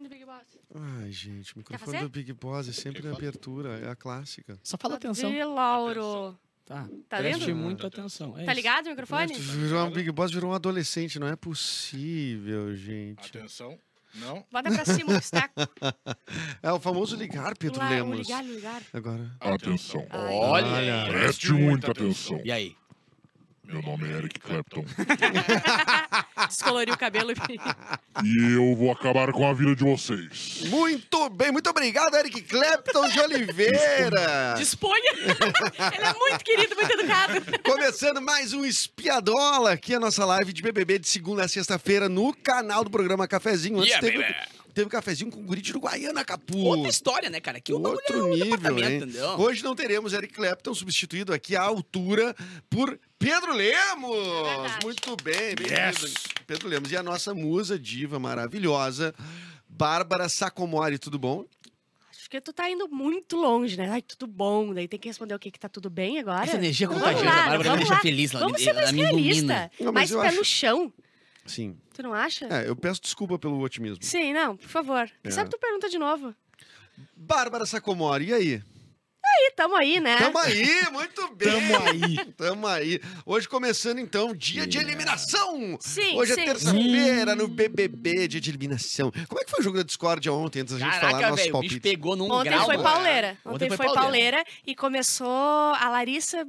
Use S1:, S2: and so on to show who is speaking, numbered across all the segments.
S1: Boss.
S2: Ai, gente, o microfone
S1: fazer?
S2: do Big Boss é sempre
S3: Quem
S2: a
S3: fala?
S2: abertura, é a clássica.
S4: Só fala atenção.
S1: Ih, Lauro.
S4: Tá.
S1: Tá
S4: Preste
S2: vendo?
S4: muita atenção. é
S1: Tá
S4: isso.
S1: ligado o microfone?
S4: Preste-
S2: Virou, o Big Boss virou um adolescente, não é possível, gente.
S3: Atenção. Não.
S1: Bota pra cima tá o obstáculo.
S2: É o famoso ligar, Pedro
S1: Lá, um
S2: Lemos.
S1: ligar, um ligar.
S2: Agora.
S5: Atenção.
S4: Olha.
S5: Preste muita atenção.
S4: E aí?
S5: Meu nome é Eric Clapton.
S1: Descoloriu o cabelo e.
S5: E eu vou acabar com a vida de vocês.
S2: Muito bem, muito obrigado, Eric Clapton de Oliveira.
S1: Disponha! Ele é muito querido, muito educado.
S2: Começando mais um Espiadola aqui, a nossa live de BBB de segunda a sexta-feira no canal do programa Cafezinho. Antes
S4: Yeah,
S2: teve,
S4: baby.
S2: teve um cafezinho com o guri de Uruguaiana, Capu.
S4: Outra história, né, cara? Que o bagulho é
S2: Outro
S4: um
S2: nível,
S4: departamento,
S2: hein?
S4: entendeu?
S2: Hoje não teremos Eric Clapton substituído aqui à altura por Pedro Lemos.
S1: É verdade.
S2: Muito bem, bem-vindo. Pedro Lemos e a nossa musa diva maravilhosa, Bárbara Sacomori, tudo bom?
S1: Acho que tu tá indo muito longe, né? Ai, tudo bom. Daí tem que responder o que que tá tudo bem agora.
S4: Essa energia
S1: Vamos
S4: contagiosa,
S1: lá,
S4: a Bárbara me
S1: vamos
S4: deixa
S1: lá.
S4: feliz. Ela,
S1: Vamos
S4: me,
S1: ser
S4: ela
S1: mais
S4: me ilumina.
S1: realista.
S2: Não, mas
S1: mais
S2: eu
S1: pé
S2: acho-
S1: no chão.
S2: Sim.
S1: Tu não acha?
S2: É, eu peço desculpa pelo otimismo.
S1: Sim, não, por favor.
S2: É.
S1: Quem sabe tu pergunta de novo.
S2: Bárbara Sacomori, e aí?
S1: Ih, tamo aí, né?
S2: Tamo aí, muito bem.
S4: Tamo aí.
S2: Tamo aí. Hoje começando então, dia de eliminação.
S1: Sim,
S2: Hoje
S1: sim.
S2: é terça-feira no BBB, dia de eliminação. Como é que foi o jogo da discórdia ontem, antes da gente falar
S4: Caraca,
S2: nossos
S4: velho, o bicho
S2: palpites?
S4: pegou num
S1: Ontem
S4: Um grau.
S1: foi
S4: mano.
S1: pauleira. Ontem,
S4: Ontem foi
S1: foi pauleira. e começou a Larissa.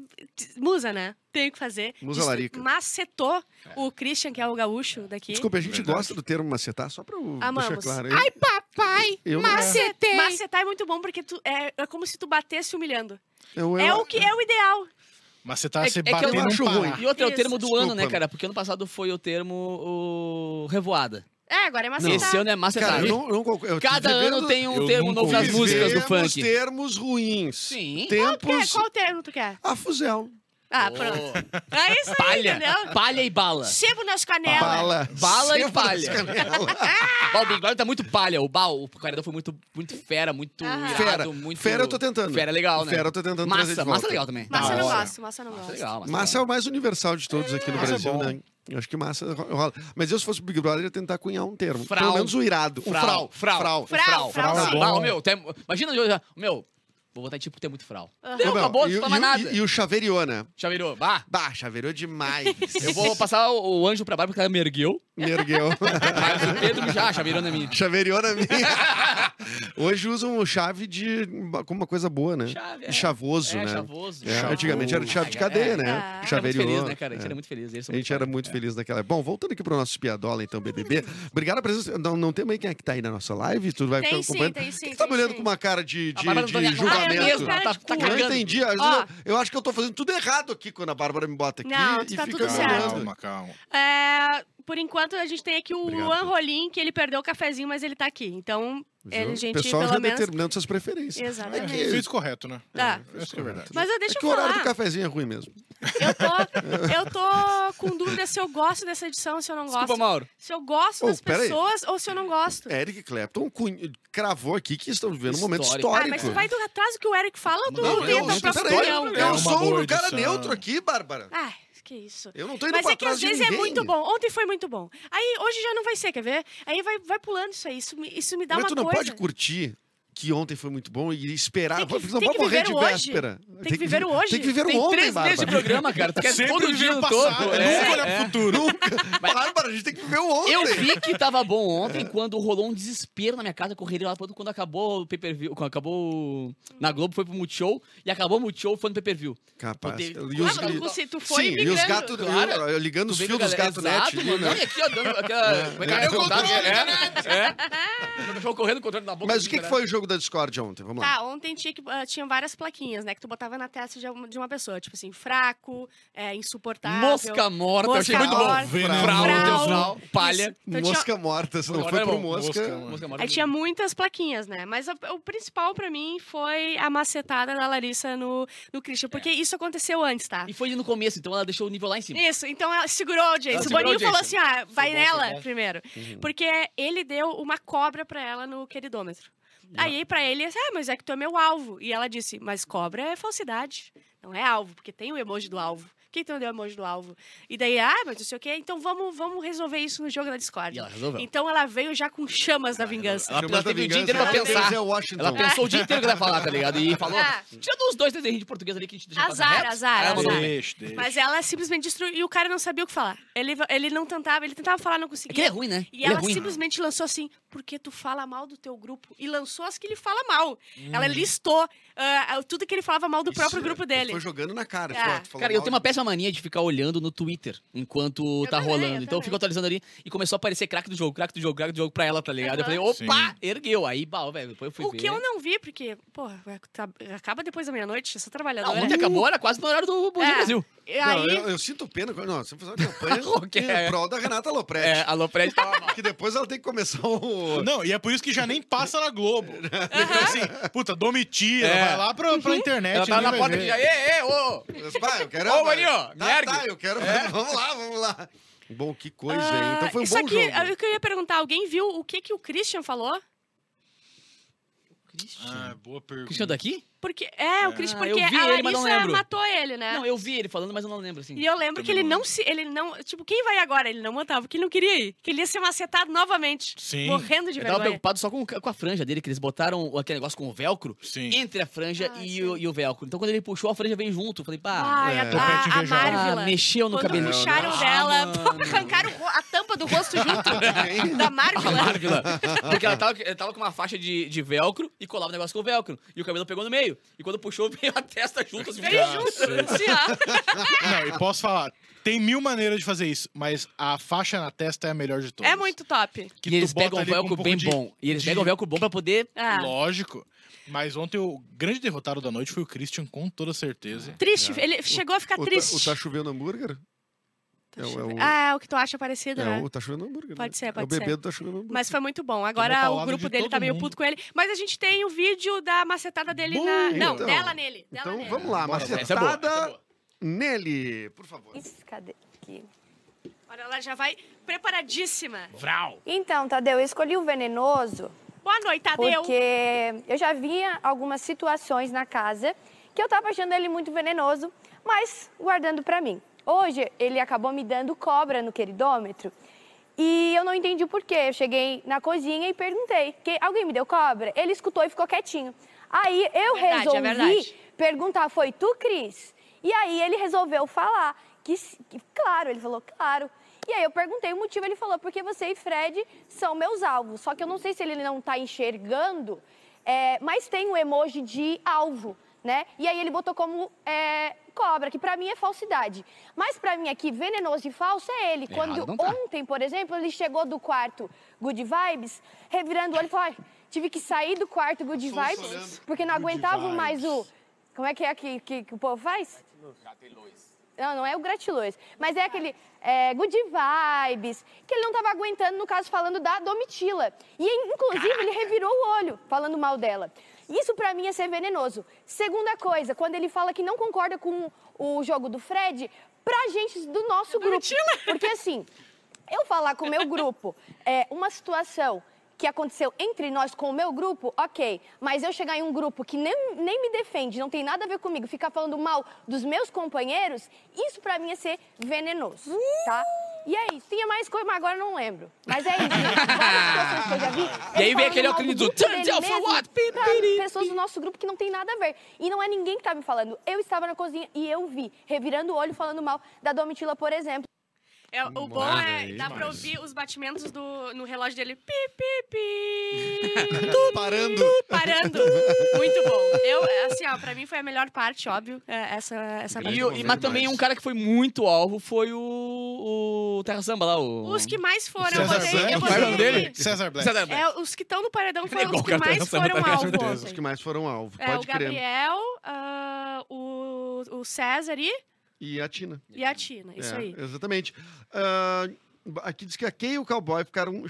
S1: Musa, né? Tenho que fazer.
S2: Musa
S1: Destru-
S2: Larica.
S1: Macetou o Christian, que é o gaúcho daqui.
S2: Desculpa, a gente
S3: Verdade.
S2: gosta do termo macetar, só pra eu deixar
S1: Amamos.
S2: claro. Ai, papai, eu,
S1: Macetei. Macetar é muito bom porque tu, é, é como se tu batesse humilhando.
S2: eu-
S1: É o que é o ideal.
S3: Mas você tá
S4: É-
S3: se
S4: é que eu
S3: batendo
S4: não
S3: num
S2: acho
S3: parar.
S2: ruim.
S4: E outro é o
S1: Isso.
S4: termo do ano, né,
S2: Desculpa.
S4: cara? Porque ano passado foi o termo o... Revoada.
S1: É, agora é
S4: Não.
S1: macetar.
S4: Esse ano é Macetar.
S2: Cara, eu não, eu não- eu
S4: Cada
S2: tô
S4: ano
S2: vivendo-
S4: tem um
S3: eu
S4: termo
S3: nunca
S4: novo das
S3: ouvi.
S4: músicas do
S2: vivemos
S4: funk.
S2: termos ruins.
S4: Sim.
S1: Quer-
S2: Tempos
S1: Qual termo tu quer?
S2: a fuzel.
S1: Ah,
S4: Pô.
S1: pronto. É isso aí,
S4: Palha.
S1: entendeu?
S4: Palha e bala.
S1: Chego nas canelas.
S2: Bala.
S4: Bala e
S2: Sempre
S4: palha.
S2: nas canelas.
S4: Ó, o Big Brother tá muito palha. O Bal, o Caridão foi muito, muito fera, muito
S1: Ah.
S4: irado,
S2: Fera.
S4: muito...
S2: Fera eu tô tentando.
S4: Fera é legal, né?
S2: Fera eu tô tentando trazer de
S4: Massa,
S2: volta.
S4: massa é legal também.
S1: Massa eu
S4: Da
S1: não
S4: hora.
S1: gosto, massa eu não
S4: Massa é
S1: gosto.
S4: legal, massa.
S2: Massa é o mais universal de todos aqui no
S3: Massa é
S2: Brasil,
S3: bom.
S2: né? Eu acho que massa ro- rola. Mas eu, se fosse o Big Brother, ia tentar cunhar um termo.
S4: Frau.
S2: Pelo menos o irado. O
S4: Frau,
S2: frau. Tá
S4: frau, frau,
S1: Frau,
S4: frau,
S1: frau,
S4: frau.
S3: sim.
S4: Bah, meu, tem- imagina, eu já- meu, vou botar tipo que tem muito frau.
S1: Aham.
S4: Deu,
S2: Ô, meu,
S4: acabou,
S2: e,
S4: não
S2: o-
S4: toma
S2: e o-
S4: nada.
S2: e o chaveriou, né?
S4: Já virou, bah.
S2: Bah, chaveirou demais.
S4: Eu vou passar o, o anjo pra baixo porque ela me ergueu,
S2: Me ergueu.
S4: mas o Pedro já, já virou na minha.
S2: Chaveriou na minha. Hoje usam chave de. como uma coisa boa, né?
S4: Chave, é.
S2: Chavoso,
S4: é,
S2: né?
S4: chavoso.
S2: É,
S4: chavoso.
S2: antigamente era de chave de
S4: Ah, cara,
S2: cadeia,
S4: é.
S2: né?
S1: É.
S4: A gente era muito
S2: Chaveriou.
S4: feliz, né, cara? A
S2: É.
S4: gente era muito feliz. eles são
S2: A gente era muito feliz naquela época. Bom, voltando aqui pro nosso espiadola, então, BBB. Obrigado a presença. Não, não tem aí quem é que tá aí na nossa live? Tu vai
S1: Tem
S2: ficar
S1: sim,
S2: acompanhando.
S1: tem sim.
S2: Por que tá
S1: tem
S2: me olhando
S1: sim.
S2: com uma cara de,
S4: A
S2: de,
S4: Bárbara
S2: de
S4: Antoniaddi-
S1: Ah,
S2: julgamento?
S1: é mesmo, cara
S4: Ela
S1: de
S4: tá
S1: cu.
S2: Eu não
S4: cagando.
S2: entendi. às vezes
S1: Ó.
S2: eu, eu acho que eu tô fazendo tudo errado aqui quando a Bárbara me bota aqui
S1: Não,
S2: e
S1: tá
S2: fica
S1: tudo certo.
S2: falando.
S3: Calma, calma.
S1: É, por enquanto, a gente tem aqui o
S2: Obrigado,
S1: Luan
S2: Pedro.
S1: Rolim, que ele perdeu o cafezinho, mas ele tá aqui. Então, ele,
S2: Viu?
S1: gente,
S2: o pessoal
S1: pelo
S2: já
S1: menos-
S2: determinando suas preferências.
S3: É,
S1: exatamente.
S2: que-
S3: fez correto, né?
S1: Tá.
S3: É, isso que é verdade.
S1: Mas eu deixa
S2: é
S1: eu
S2: que o horário do
S1: falar.
S2: cafezinho é ruim mesmo.
S1: Eu tô, eu tô com dúvida se eu gosto dessa edição ou se eu não gosto.
S4: Desculpa, Mauro.
S1: Se eu gosto
S2: Oh,
S1: das
S2: pera aí.
S1: pessoas ou se eu não gosto.
S2: Eric Clapton cun- cravou aqui que estamos vivendo um momento
S4: Histórico.
S1: Ah,
S2: histórico.
S1: mas tu vai do atrás do que o Eric fala ou tu
S4: Não,
S2: eu,
S1: inventa
S4: não,
S1: a própria
S4: peraí.
S1: opinião? né?
S2: eu,
S3: É uma
S2: sou
S3: boa
S2: um cara
S3: edição.
S2: neutro aqui, Bárbara.
S1: Ah, que isso.
S2: Eu não tô indo
S1: Mas
S2: pra
S1: é que
S2: trás
S1: às
S2: de
S1: vezes é
S2: ninguém.
S1: muito bom. Ontem foi muito bom. Aí hoje já não vai ser, quer ver? Aí vai, vai pulando isso aí. Isso me, isso me dá
S2: mas
S1: uma
S2: tu não
S1: coisa.
S2: pode curtir que ontem foi muito bom e esperar.
S1: Tem que-
S2: Você não
S1: tem
S2: pode
S1: que
S2: morrer
S1: viver
S2: de
S1: o hoje.
S2: véspera.
S1: Tem que viver o hoje.
S2: Tem que viver o
S4: Tem
S2: ontem,
S4: três meses de
S2: Bárbara.
S4: programa, cara. Tu quer
S3: Sempre
S4: todo
S3: viver
S4: dia
S3: o
S4: no
S3: passado,
S4: todo.
S3: né?
S4: É,
S3: Nunca olhar
S4: é.
S2: futuro. Nunca. Bárbara, a gente tem que viver o ontem.
S4: Eu vi que tava bom ontem quando rolou um desespero na minha casa, correria lá pra outro, quando acabou o pay-per-view, quando acabou o- na Globo, foi pro Multishow, e acabou o Multishow, foi no pay-per-view.
S2: Capaz.
S4: Poder-
S2: E
S1: Ah,
S2: os,
S1: mas
S2: e-
S1: você- tu foi
S2: Sim,
S1: migrando.
S2: e os gatos.
S4: Claro.
S2: eu- eu ligando os
S4: Tu vê
S2: fios
S4: que a
S2: dos
S4: galera-
S2: gatos
S4: Exato,
S2: net. ali,
S4: mano. Um
S2: né?
S4: Não, e aqui, ó, dando aquela... Como é que é?
S2: É, o
S4: Contato,
S2: controle,
S4: é, é. O cachorro correndo, controle na boca.
S2: Mas o que, que foi o jogo da Discord ontem? Vamos lá.
S1: Tá, ontem tinha, que, ah, tinha várias plaquinhas, né? Que tu botava na testa de uma, de uma pessoa. Tipo assim, fraco, é, insuportável.
S4: né? Mosca morta, eu achei
S1: Mosca
S4: muito bom.
S1: morta,
S3: Veneno.
S4: Frau,
S1: Frau.
S4: frau, palha.
S1: Isso. Então tinha-
S2: mosca morta, se não
S4: Agora
S2: foi
S4: é
S2: pro
S4: bom,
S2: mosca.
S4: Mosca morta.
S1: Aí tinha muitas plaquinhas, né? Mas a- o principal pra mim foi a macetada da Larissa no, no
S4: É.
S1: Christian, porque isso aconteceu antes, tá?
S4: E foi ali no começo, então ela deixou o nível lá em cima.
S1: Isso, então ela segurou a audiência.
S4: Ela
S1: o
S4: segurou a
S1: Boninho falou assim:
S4: audiência.
S1: ah, vai
S3: bom, foi
S1: nela
S3: bom.
S1: primeiro.
S4: Uhum.
S1: Porque ele deu uma cobra pra ela no queridômetro. Aí pra ele, ah, mas é que tu é meu alvo. E ela disse: mas cobra é falsidade, não é alvo, porque tem o emoji do alvo. que entendeu o emoji do alvo? E daí, ah, mas não sei o quê, então vamos, vamos resolver isso no jogo da Discord.
S4: E ela resolveu.
S1: Então ela veio já com chamas da vingança.
S4: Ela,
S2: Chamada
S4: ela teve o
S2: Vingança,
S4: dia inteiro pra
S2: talvez
S4: pensar.
S2: É Washington.
S4: Ela pensou o dia inteiro que ela ia falar, tá ligado? E falou,
S1: Ah.
S4: tira dos dois desenhos de português ali que a gente deixa
S1: Azar,
S4: passar reto.
S1: azar,
S4: Aí ela mandou,
S1: azar.
S3: Deixa, deixa.
S1: Mas ela simplesmente destruiu. E o cara não sabia o que falar. Ele, ele não tentava, ele tentava falar, não
S4: É que ele
S1: conseguia.
S4: é ruim, né?
S1: E
S4: ele é
S1: ela
S4: ruim.
S1: simplesmente lançou assim, porque tu fala mal do teu grupo. E lançou as que ele fala mal. Ela listou ah, tudo que ele falava mal do próprio
S2: Isso,
S1: grupo dele.
S2: Foi jogando na cara.
S1: Ah.
S2: falou- falou
S4: Tá. Cara, eu
S2: mal
S4: tenho uma péssima mania de ficar olhando no Twitter enquanto
S1: Eu
S4: tá
S1: também, eu
S4: rolando. Então eu
S1: também.
S4: fico atualizando ali e começou a aparecer craque do jogo, craque do jogo, craque do jogo pra ela, tá ligado? Eu falei,
S1: Aham.
S4: opa, ergueu. Aí, bal, velho, depois eu fui
S1: O
S4: ver.
S1: que eu não vi, porque, porra, tá- acaba depois da meia-noite, eu sou
S4: Não,
S1: trabalhadora.
S4: ontem acabou, era quase no horário do Bom Dia
S1: É.
S4: Brasil.
S1: E
S2: Não,
S1: aí,
S2: eu, eu sinto pena. quando- Não, você fez uma campanha
S4: Ok.
S2: em prol da Renata
S4: É,
S2: Lopretti.
S4: a Lopretti tava mal.
S2: Que depois ela tem que começar o.
S3: Não, e é por isso que já nem passa na Globo. Porque assim, puta, Domitila,
S4: É.
S3: vai lá pra, pra internet.
S4: Ela tava na
S3: ninguém vai
S4: porta
S3: É, ver.
S4: aqui, ê, ê, ô!
S2: Pai, eu quero.
S4: Ô, É. Marinho, me
S2: tá,
S4: ergue.
S2: tá, eu quero. Vamos lá, vamos lá. Bom, que coisa, hein?
S1: ah,
S2: Então foi um
S1: isso
S2: bom
S1: aqui,
S2: jogo.
S1: eu queria perguntar, alguém viu o que, que o Christian falou?
S3: Ah, boa pergunta.
S4: Cristiano tá daqui?
S1: Porque, é, o Christian,
S4: Ah,
S1: porque
S4: eu vi
S1: a
S4: ele, mas não
S1: Larissa
S4: lembro.
S1: matou ele, né?
S4: Não, eu vi ele falando, mas eu não lembro, assim.
S1: E é eu lembro que ele
S3: Também não
S1: não se. Ele não. Tipo, quem vai agora? Ele não montava, porque ele não queria ir. Que ele ia ser macetado novamente.
S3: Sim.
S1: Morrendo de
S4: Eu tava
S1: vergonha.
S4: preocupado só com, com a franja dele, que eles botaram o- aquele negócio com o velcro
S3: Sim.
S4: entre a franja
S1: Ah,
S4: e, o, e o velcro. Então quando ele puxou, a franja veio junto. Eu falei, pá,
S1: Ai,
S2: é.
S1: a,
S3: Topete
S1: a, a
S3: invejosa.
S1: Marvila.
S4: ah, mexeu no
S1: Quando
S4: cabelo.
S1: puxaram
S4: Ah,
S1: dela,
S4: mano.
S1: pô, arrancaram o ro- a tampa do rosto junto da
S4: A
S1: Marvila.
S4: Marvila. Porque ela tava, ela tava com uma faixa de, de velcro e colava o negócio com o velcro. E o cabelo pegou no meio. E quando puxou, veio a testa junto. Assim,
S1: Veio junto. Assim, ó.
S3: Não, e posso falar, tem mil maneiras de fazer isso, mas a faixa na testa é a melhor de todas.
S1: É muito top.
S3: Que
S4: e
S3: tu
S4: eles
S3: bota
S4: pegam um
S3: ali com um
S4: velcro
S3: pouco
S4: bem
S3: de-
S4: bom. E eles
S3: de-
S4: pegam um velcro bom pra poder...
S1: Ah,
S3: Lógico. Mas ontem o grande derrotado da noite foi o Christian, com toda certeza.
S1: Triste.
S3: É.
S1: Ele chegou a ficar
S2: O tá-
S1: triste.
S2: O tá chovendo hambúrguer?
S1: Tá
S2: é o- é
S1: chovendo.
S2: o-
S1: Ah, é o que tu acha parecido,
S2: É,
S1: né?
S2: o tá chovendo hambúrguer.
S1: Pode
S2: né?
S1: ser,
S2: É o
S1: pode
S2: bebê
S1: ser.
S2: do tá chovendo hambúrguer.
S1: Mas foi muito bom. Agora o
S3: paulada
S1: grupo
S3: de
S1: dele
S3: todo
S1: tá meio
S3: mundo.
S1: puto com ele. Mas a gente tem o vídeo da macetada dele
S3: Bom,
S1: na. Não,
S2: então.
S1: dela nele. Dela
S2: Então
S1: nele.
S2: vamos lá,
S3: Bora,
S4: essa é boa,
S2: macetada
S4: essa é boa.
S2: nele, por favor.
S6: Isso, cadê? Aqui.
S1: Olha, ela já vai preparadíssima.
S4: Vral.
S6: Então, Tadeu, eu escolhi o venenoso
S1: Boa noite, Tadeu.
S6: porque eu já via algumas situações na casa que eu tava achando ele muito venenoso, mas guardando pra mim. Hoje ele acabou me dando cobra no queridômetro e eu não entendi o porquê. Eu cheguei na cozinha e perguntei: "Que- alguém me deu cobra? Ele escutou e ficou quietinho. Aí eu
S1: É verdade, é
S6: resolvi
S1: verdade.
S6: perguntar: foi tu, Cris? E aí ele resolveu falar que, s- que- claro, ele falou, claro. E aí eu perguntei o motivo, ele falou, porque você e Fred são meus alvos. Só que eu não sei se ele não tá enxergando, é, mas tem um emoji de alvo, né? E aí ele botou como é, cobra, que pra mim é falsidade. Mas pra mim aqui, venenoso e falso é ele. Quando
S4: não tá.
S6: ontem, por exemplo, ele chegou do quarto Good Vibes, revirando o olho e falou, "Ai, tive que sair do quarto Good Vibes, porque não aguentava
S3: vibes.
S6: mais o... Como é que é que, que, que o povo faz? Não, não é o gratiluz. Mas é aquele é, good vibes, que ele não estava aguentando, no caso, falando da Domitila. E, inclusive, ele revirou o olho falando mal dela. Isso, pra mim, é ser venenoso. Segunda coisa, quando ele fala que não concorda com o jogo do Fred, pra gente do nosso grupo. Porque, assim, eu falar com o meu grupo é, uma situação que aconteceu entre nós com o meu grupo, ok. Mas eu chegar em um grupo que nem, nem me defende, não tem nada a ver comigo, ficar falando mal dos meus companheiros, isso pra mim é ser venenoso, tá? E é isso. Tinha mais coisa, mas agora eu não lembro. Mas é isso. gente. Várias situações que eu já vi.
S4: E aí vem
S6: ele falando
S4: aquele
S6: mal
S4: apelido
S6: grupo
S4: do
S6: dele
S4: Tell for
S6: mesmo
S4: what? Pi,
S6: pra
S4: piri,
S6: pessoas do nosso grupo que não tem nada a ver. E não é ninguém que tá me falando. Eu estava na cozinha e eu vi, revirando o olho, falando mal da Domitila, por exemplo.
S1: É, o bom
S2: Olha
S1: é.
S2: aí,
S1: Dá pra
S2: mas-
S1: ouvir os batimentos do, no relógio dele. Pi, pi, pi.
S2: Parando.
S1: Parando. Muito bom. Eu, assim, ó, pra mim foi a melhor parte, óbvio. é, Essa, essa
S4: E,
S1: parte.
S4: o- e- mas também um cara que foi muito alvo foi o, o Terra Samba lá, o...
S1: Os que mais foram, eu
S3: César
S1: botei. Eu
S3: Black.
S1: botei
S4: Qual é o nome dele?
S3: César Black.
S4: César Black.
S1: É, os que estão no paredão foram
S4: Negou
S1: os
S4: o
S1: que
S4: cartão,
S1: mais
S4: tá,
S1: foram
S4: tá, com
S1: alvo.
S4: certeza.
S1: ontem.
S2: Os que mais foram alvo,
S1: É, o
S2: pode crer. né?
S1: Gabriel, ah, o, o César e,
S2: E a Tina.
S1: e a Tina. Isso
S2: É,
S1: aí.
S2: Exatamente. Ah, Aqui diz que a Kay e o Cowboy ficaram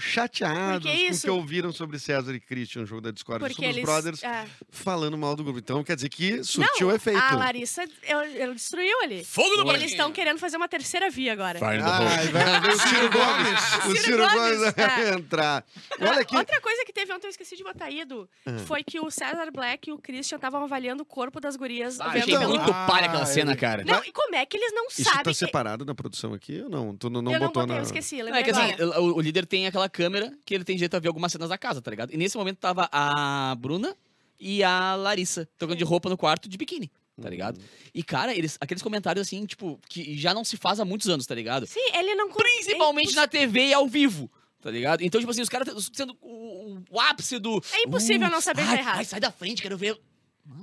S1: Por
S2: chateados
S1: que
S2: com o
S1: é isso?
S2: que ouviram sobre César e Christian no jogo da Discord
S1: Porque
S2: sobre os
S1: eles.
S2: brothers é
S1: é.
S2: falando mal do grupo. Então quer dizer que surtiu
S1: Não,
S2: efeito.
S1: A Larissa, eu- ela destruiu ali.
S4: Fogo no
S1: E eles
S4: parquinho.
S1: estão querendo fazer uma terceira via agora.
S5: Fire in
S3: Ah,
S5: the hole.
S3: é
S2: Ai, vai ver o Ciro Gomes. O
S1: Ciro
S2: Ciro
S1: Gomes,
S2: Gomes vai
S1: é.
S2: entrar.
S1: Ah,
S2: Olha aqui. Ah.
S1: Outra coisa que teve ontem, eu esqueci de botar ido, foi que o César Black e o Christian estavam avaliando o corpo das gurias.
S4: Ah,
S1: vendo
S4: achei
S1: pelo-
S4: muito
S3: Ah,
S4: palha aquela cena,
S3: ele-
S4: cara.
S1: Não, e como é que eles não
S2: Isso
S1: sabem
S2: tá
S1: que-
S2: separado na produção aqui ou não? Tu não, não
S1: eu não
S2: botou
S1: botei,
S2: na...
S1: eu esqueci.
S4: Não, é
S1: lembrei
S4: que assim,
S1: agora.
S4: o, o líder tem aquela câmera que ele tem direito a ver algumas cenas da casa, tá ligado? E nesse momento tava a Bruna e a Larissa trocando de roupa no quarto de biquíni,
S3: Uhum.
S4: tá ligado? E, cara, eles, aqueles comentários assim, tipo, que já não se faz há muitos anos, tá ligado?
S1: Sim, é ele não... con-
S4: Principalmente na TV e ao vivo. Tá ligado? Então, tipo assim, os caras tão sendo o, o- o ápice do.
S1: É impossível não saber que tá
S4: ai,
S1: errado.
S4: Ai, sai da frente, quero ver.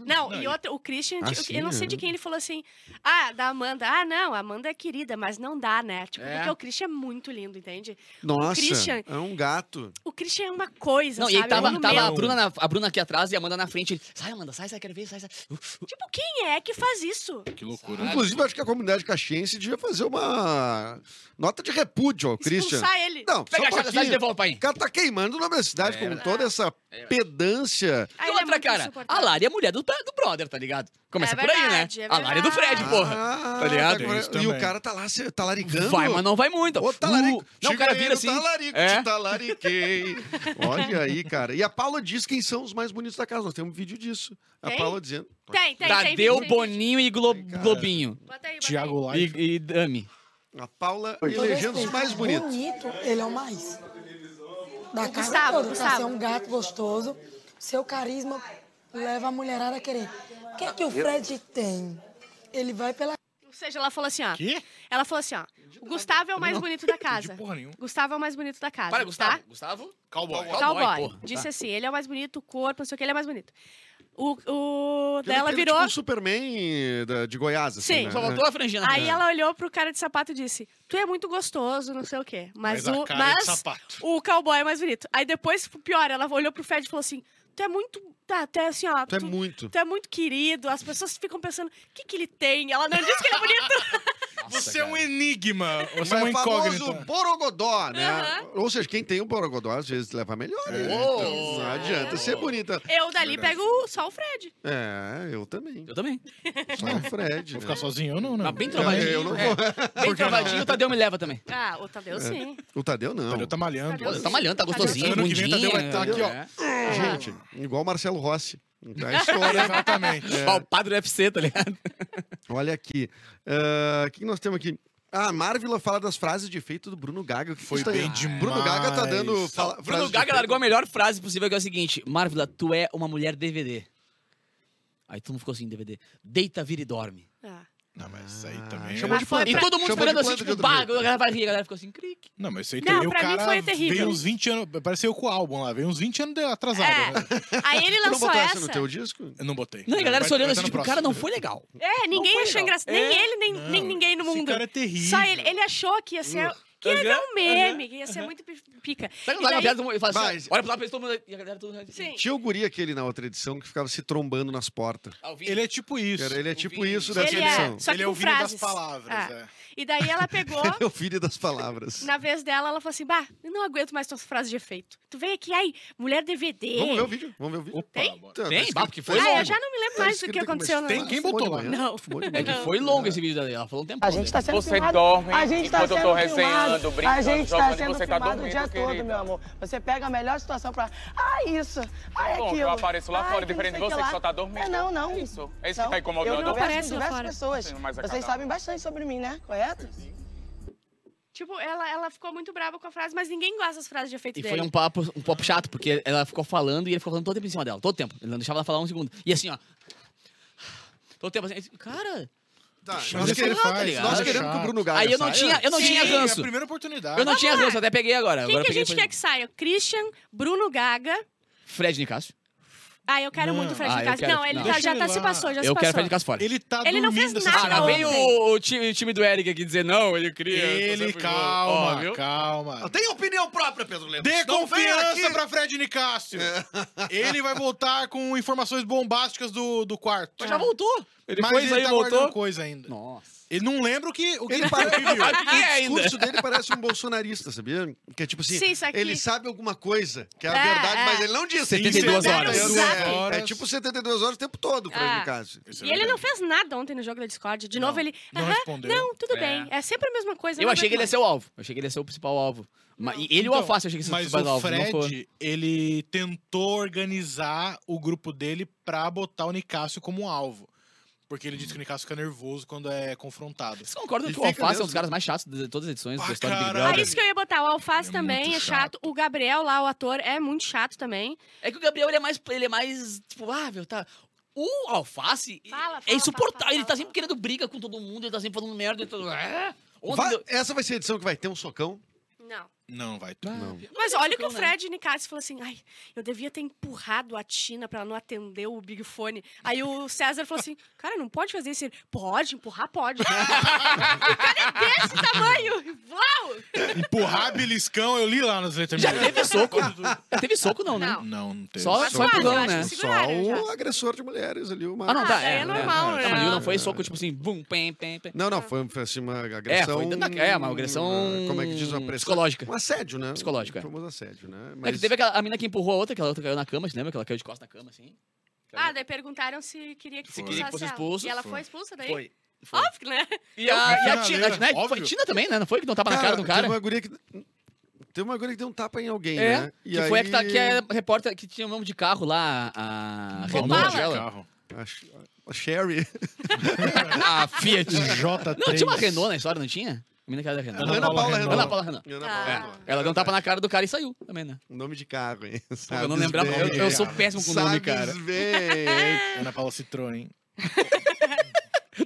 S1: Não, e outra, o Christian,
S2: Ah,
S1: eu-
S2: sim,
S1: eu não sei
S2: é.
S1: de quem ele falou assim, ah, da Amanda. Ah, não, a Amanda é querida, mas não dá, né? Tipo,
S4: É.
S1: porque o Christian é muito lindo, entende?
S2: Nossa,
S1: Christian.
S2: é um gato.
S1: O Christian é uma coisa,
S4: Não,
S1: sabe?
S4: e aí
S1: é um
S4: tava, tava a,
S1: monumento.
S4: Bruna na- a Bruna aqui atrás e a Amanda na frente. Ele, sai, Amanda, sai, sai, quero ver, sai, sai. Uh, uh,
S1: Tipo, quem é que faz isso?
S3: Que loucura.
S4: Sabe?
S2: Inclusive, acho que a comunidade caxiense devia fazer uma nota de repúdio ao Christian.
S1: Expulsar ele.
S2: Não,
S4: Pega a
S2: só um
S4: chave da cidade e
S2: pouquinho.
S4: devolve, É pai.
S2: O cara tá queimando o nome da cidade com toda essa
S4: É
S2: pedância.
S1: Ah, ele
S4: e
S1: é
S4: outra,
S1: muito
S4: cara, a
S1: insuportável.
S4: Lari é mulher do, do brother, tá ligado? Começa
S1: É
S4: por aí, né?
S1: verdade, é
S4: a Lari é do
S1: verdade.
S4: Fred, porra.
S2: Ah,
S4: tá ligado?
S2: agora-
S3: Isso
S2: e o
S3: também.
S2: cara tá lá se- talaricando.
S4: Vai, mas não vai muito.
S2: Ô, tá talarico.
S4: Uh, não, o cara vira assim.
S2: Talarico,
S4: é.
S2: tá te talariquei. Olha aí, cara. E a Paula diz quem são os mais bonitos da casa. Nós temos um vídeo disso. A
S1: Tem?
S2: Paula dizendo.
S1: Tem, tem, tem.
S4: Tadeu,
S1: vídeo, tem vídeo.
S4: Boninho e Glo-
S2: Ai, cara.
S4: Globinho.
S1: Bota aí, bota
S3: Tiago
S1: aí.
S3: Live.
S4: E, e Dami.
S2: A Paula elegendo os mais bonitos.
S7: Bonito, ele é o mais. Da casa
S1: Gustavo,
S7: toda, pra
S1: Gustavo.
S7: ser um gato gostoso, seu carisma leva a mulherada a querer. O que é que o Fred tem? Ele vai pela
S1: Ou seja, ela falou assim, ó.
S3: Quê?
S1: Ela falou assim, ó. O Gustavo é o mais bonito da casa.
S3: porra nenhuma.
S1: Gustavo é o mais bonito da casa.
S4: Para, Gustavo.
S1: Tá?
S4: Gustavo?
S3: Cowboy.
S4: Cowboy,
S1: Cowboy.
S4: porra,
S1: Disse
S4: tá.
S1: assim, ele é o mais bonito, o corpo, não sei o que, ele é mais bonito. O, o dela
S2: Ele é
S1: virou.
S2: Tipo um Superman da- de Goiás. assim,
S1: Sim.
S2: né?
S4: Só faltou a franjinha na
S1: Aí ela olhou pro cara de sapato e disse: Tu é muito gostoso, não sei o quê. Mas,
S3: Mas a
S1: o.
S3: cara de
S1: mas
S3: sapato.
S1: o cowboy é mais bonito. Aí depois, pior, ela olhou pro Fred e falou assim: Tu é muito. Tá, tu é assim, ó.
S2: Tu é muito.
S1: tu é muito querido. As pessoas ficam pensando: O que, que ele tem? Ela não disse que ele é bonito.
S3: Você é um enigma. Você é
S2: Mas
S3: um
S2: é famoso
S3: incógnito.
S2: borogodó, né? Ou seja, quem tem o borogodó às vezes leva melhor. né? Então, não adianta ser bonita.
S1: Eu dali pego só o Fred.
S2: É, eu também.
S4: Eu também.
S2: Só o Fred.
S3: Vou
S2: né?
S3: ficar sozinho ou não, né?
S4: Mas bem
S2: É,
S4: travadinho.
S2: eu não
S4: é.
S2: vou.
S4: Bem travadinho, o Tadeu me leva também.
S1: Ah, o
S4: É.
S1: Tadeu sim.
S2: O Tadeu não.
S3: Tadeu tá malhando.
S1: Tadeu
S4: Tá malhando, tá gostosinho,
S3: Ano que vem,
S4: bundinha.
S3: Tadeu vai tá aqui, ó.
S4: É.
S2: Gente, igual o Marcelo Rossi. Tá estourando.
S3: Exatamente.
S4: Ó, O padre do UFC, tá ligado?
S2: Olha aqui. Ah, O que que nós temos aqui? Ah, a Marvila fala das frases de efeito do Bruno Gaga. que
S3: Foi
S2: isso tá-
S3: bem demais.
S2: Bruno Gaga tá dando. Fala,
S4: Bruno Gaga largou a melhor frase possível, que é o seguinte: Marvila, tu é uma mulher DVD. Aí todo mundo ficou assim, DVD. Deita, vira e dorme.
S1: Ah.
S3: Não, mas isso aí também.
S2: Chamou
S3: é-
S2: de
S1: Mas foi
S2: planta.
S4: E todo mundo
S2: Chamou de
S4: esperando assim,
S2: planta de
S4: tipo,
S2: outro
S4: bah, a
S2: jeito.
S4: galera vai rir, a galera ficou assim, crique.
S3: Não, mas isso aí
S1: Não,
S3: também. é o
S1: pra mim
S3: cara
S1: foi terrível.
S3: veio uns 20 anos. Pareceu com o álbum lá, veio uns 20 anos de- atrasado. né?
S1: É. Aí ele
S2: Tu não
S1: lançou
S2: botou essa
S1: essa.
S2: no teu disco?
S3: Eu não botei.
S4: Não, e a galera
S3: Vai-
S4: se olhando
S3: vai
S4: assim,
S3: tá no
S4: tipo,
S3: próximo.
S4: cara, não foi legal.
S1: É, ninguém
S4: Não foi
S1: achou
S4: legal.
S1: engraçado. Nem
S4: É.
S1: ele, nem, nem ninguém no
S3: Esse
S1: mundo.
S3: cara é terrível.
S1: Só ele. Ele achou que ia ser. Que
S4: é
S1: ia ser um meme, que ia ser muito pi- pica.
S4: Sabe
S1: E
S4: quando larga uma
S1: daí-
S4: piada, todo mundo fala assim,
S2: Mas-
S4: ó, olha pro lado, pensa todo mundo... E a galera toda...
S1: Sim.
S2: Tinha o guri aquele na outra edição que ficava se trombando nas portas.
S4: Ao vivo.
S3: Ele é tipo isso.
S2: Cara, ele é tipo
S4: Vini.
S2: isso dessa
S1: Ele
S2: edição.
S1: é, só que
S3: Ele é
S1: com
S3: o Vini das
S1: frases.
S3: palavras, é.
S1: E daí ela pegou,
S2: É o filho das palavras.
S1: na vez dela, ela falou assim: Bah, eu não aguento mais tuas frases de efeito. Tu vem aqui, ai, mulher DVD.
S2: Vamos ver o vídeo? Vamos ver o vídeo?
S3: Opa,
S1: Tem?
S3: bora.
S2: Tá, tá
S4: Tem?
S2: escrito-
S4: Bah, porque foi
S1: Ah, eu
S4: longo.
S1: já não me lembro mais do que aconteceu. no-
S3: Tem? Quem botou lá?
S1: Não.
S4: É que foi longo esse vídeo da Ela falou um tempo.
S7: A gente tá sendo
S8: Você
S7: filmado.
S8: dorme
S7: a gente tá
S8: enquanto eu tô
S7: sendo
S8: resenhando,
S7: filmado.
S8: brincando,
S7: A gente
S8: jogando
S7: tá
S8: e
S7: sendo
S8: você tá
S7: filmado o
S8: dormindo,
S7: dia todo,
S8: querida.
S7: meu amor. Você pega a melhor situação pra... Ah, isso. Ah,
S8: Bom,
S7: aquilo.
S8: que eu apareço lá
S7: Ai,
S8: fora,
S7: que não
S8: diferente de
S7: sei
S8: você
S7: lá.
S8: que só tá dormindo.
S7: É, não, não.
S8: Isso. É isso que
S7: Não,
S8: tá incomodando.
S7: Eu
S8: Não
S7: converso
S1: aparece
S7: com
S1: lá
S7: diversas
S1: fora.
S7: pessoas.
S8: Tenho mais a
S7: Vocês
S8: cada.
S7: sabem bastante sobre mim, né? Correto?
S1: Tipo, ela, ela ficou muito brava com a frase, mas ninguém gosta das frases de efeito
S4: E
S1: dele.
S4: foi um papo, um papo chato, porque ela ficou falando e ele ficou falando todo tempo em cima dela, todo tempo. Ele não deixava ela falar um segundo. E assim, ó. Todo tempo assim, cara.
S2: Tá,
S3: Mas
S2: nós
S3: é que ele
S2: queremos,
S4: faz,
S3: tá ligado?
S2: nós
S4: É
S2: queremos que o
S3: chato.
S2: Bruno Gaga
S4: Aí eu não
S2: saia.
S4: tinha, eu não
S3: Sim,
S4: tinha ranço.
S3: É a primeira oportunidade.
S4: Eu não tinha ranço, até peguei agora.
S1: Quem
S4: agora
S1: que a
S4: peguei
S1: gente
S4: foi-
S1: quer que saia? Christian, Bruno Gaga.
S4: Fred Nicasso.
S1: Ah, eu quero
S3: Não.
S1: muito o Fred
S4: Ah,
S1: de
S4: eu
S1: casa.
S4: quero-
S1: não, ele
S4: não.
S1: tá-
S3: Deixa
S1: já
S3: ele
S1: tá
S3: lá.
S1: se passou, já se
S4: Eu quero
S1: passou.
S4: Fred Nicasso fora.
S3: Ele tá
S1: Ele não
S3: dormindo
S1: fez
S3: essa
S1: nada
S4: Ah, lá
S3: semana.
S1: ontem.
S4: vem o, o time, o time do Eric aqui dizer, não, ele
S3: tá
S4: cria. tá
S3: Ele,
S4: sempre- Ó,
S3: calma,
S4: viu?
S3: calma.
S2: Tem opinião própria, Pedro Lemos.
S3: Dê
S2: Não vem
S3: confiança
S2: aqui-
S3: pra Fred Nicásio. Ele vai voltar com informações bombásticas do, do quarto.
S4: Mas já voltou. Ele
S3: Mas
S4: foi,
S3: ele
S4: saiu,
S3: tá guardando
S4: voltou.
S3: coisa ainda.
S4: Nossa.
S3: Ele não lembra o que, o que
S2: Ele
S3: ele
S2: para-
S3: viveu.
S4: Sabe o que é
S2: O
S4: ainda?
S2: discurso dele parece um bolsonarista, sabia? Que é tipo assim,
S1: Sim, isso aqui-
S2: ele sabe alguma coisa, que é a
S1: É,
S2: verdade,
S1: é.
S2: mas ele não diz.
S4: 72
S1: horas.
S2: 72
S1: Sabe?
S2: É tipo 72 horas o tempo todo, por
S1: Ah.
S2: aí, caso.
S1: E ele não fez nada ontem no jogo da Discord. De novo,
S3: Não,
S1: ele.
S3: não
S1: "Aham,
S3: respondeu."
S1: Não, tudo
S4: É.
S1: bem. É sempre a mesma coisa.
S4: Eu
S1: não
S4: achei que ele ia
S1: aguento
S4: ser o alvo. Eu achei que ele ia ser o principal alvo. Mas, e ele e o
S3: Então,
S4: Alface, eu achei que ia ser o
S3: Mas
S4: principal
S3: o
S4: alvo. não foi.
S3: Fred, ele tentou organizar o grupo dele pra botar o Nicásio como alvo. Porque ele disse que o Nicásio fica nervoso quando é confrontado.
S4: Vocês concordam
S2: Ele
S4: que o Alface
S2: fica
S4: é um
S2: mesmo.
S4: dos caras mais chatos de todas as edições
S3: Ah,
S4: da história do Big
S1: mais.
S3: caralho.
S4: Brother?
S1: Ah, isso que eu ia botar. O Alface
S3: É
S1: também
S3: muito
S1: é chato. O Gabriel lá, o ator, é muito chato também.
S4: É que o Gabriel, ele é mais, ele é mais tipo, ah, meu, tá... O Alface
S1: Fala,
S4: é
S1: fala,
S4: insuportável.
S1: fala, fala,
S4: ele tá
S1: fala.
S4: sempre querendo briga com todo mundo, ele tá sempre falando merda. Ele tá... Ah, ontem
S2: Vai-
S4: deu-
S2: Essa vai ser a edição que vai ter um socão.
S1: Não.
S3: Não, vai. tu-
S2: Não.
S1: Mas olha é o que o
S4: né?
S1: Fred Nicasio falou assim: ai, eu devia ter empurrado a Tina pra ela não atender o Big Fone. Aí o César falou assim: cara, não pode fazer isso. Ele, pode, empurrar pode. o cara é desse tamanho. Uau!
S3: Empurrar beliscão, eu li lá nas letras.
S4: Já
S3: minhas.
S4: teve soco. Teve soco, não, né?
S1: Não.
S3: Não, não teve.
S4: Só, só
S1: Mas
S4: empurrão,
S1: eu acho
S4: né?
S1: que
S2: um Só
S1: seguraram já.
S2: o agressor de mulheres ali, uma...
S4: Ah, não, tá.
S1: Ah, é normal,
S4: Não,
S1: né?
S4: mas não foi soco, tipo assim, bum, pem, pem, pem.
S2: Não, não, foi, foi assim, uma agressão.
S4: foi dando a- é, uma agressão
S2: Como é que diz uma pressão?
S4: psicológica.
S2: Um assédio, né?
S4: Psicológica, é.
S2: Um famoso assédio, né?
S4: É que teve aquela a mina que empurrou a outra, aquela outra caiu na cama, você lembra? Que ela caiu de costas na cama, assim.
S1: Ah, daí perguntaram se queria que
S4: Se
S1: expulsasse
S4: queria que fosse
S1: ela.
S4: expulso.
S1: E ela
S3: Foi.
S1: foi, expulsa daí?
S4: Foi. Foi.
S1: Óbvio, né?
S4: E a, e a
S3: finaleira,
S4: Tina, a Tina, é- foi
S3: óbvio.
S4: Tina também, né? Não foi que deu um tapa na cara do
S2: Tem
S4: cara?
S2: uma guria que... Tem uma guria que deu um tapa em alguém,
S4: É,
S2: né? E
S4: que foi a que, tá,
S2: aí-
S4: que é a repórter que tinha o nome de carro lá, a
S3: Vamos
S1: Opala.
S4: Renault
S3: de
S4: dela.
S3: carro.
S2: A, Sh- a Sherry.
S4: A Fiat.
S3: J3.
S4: Não, tinha uma Renault na história, não tinha? A mina que era da Renault.
S3: Ana Paula Renault.
S4: Ana Paula Renault.
S2: Ana
S1: Ah.
S2: Paula.
S4: Ela deu um tapa na cara do cara e saiu também, né?
S2: Nome de carro, hein?
S4: eu não
S2: Sabes
S4: lembrava,
S2: bem.
S4: eu, eu sou
S3: cara.
S4: péssimo com o nome,
S2: Sabes
S4: cara.
S2: bem.
S3: Ana Paula Citroën.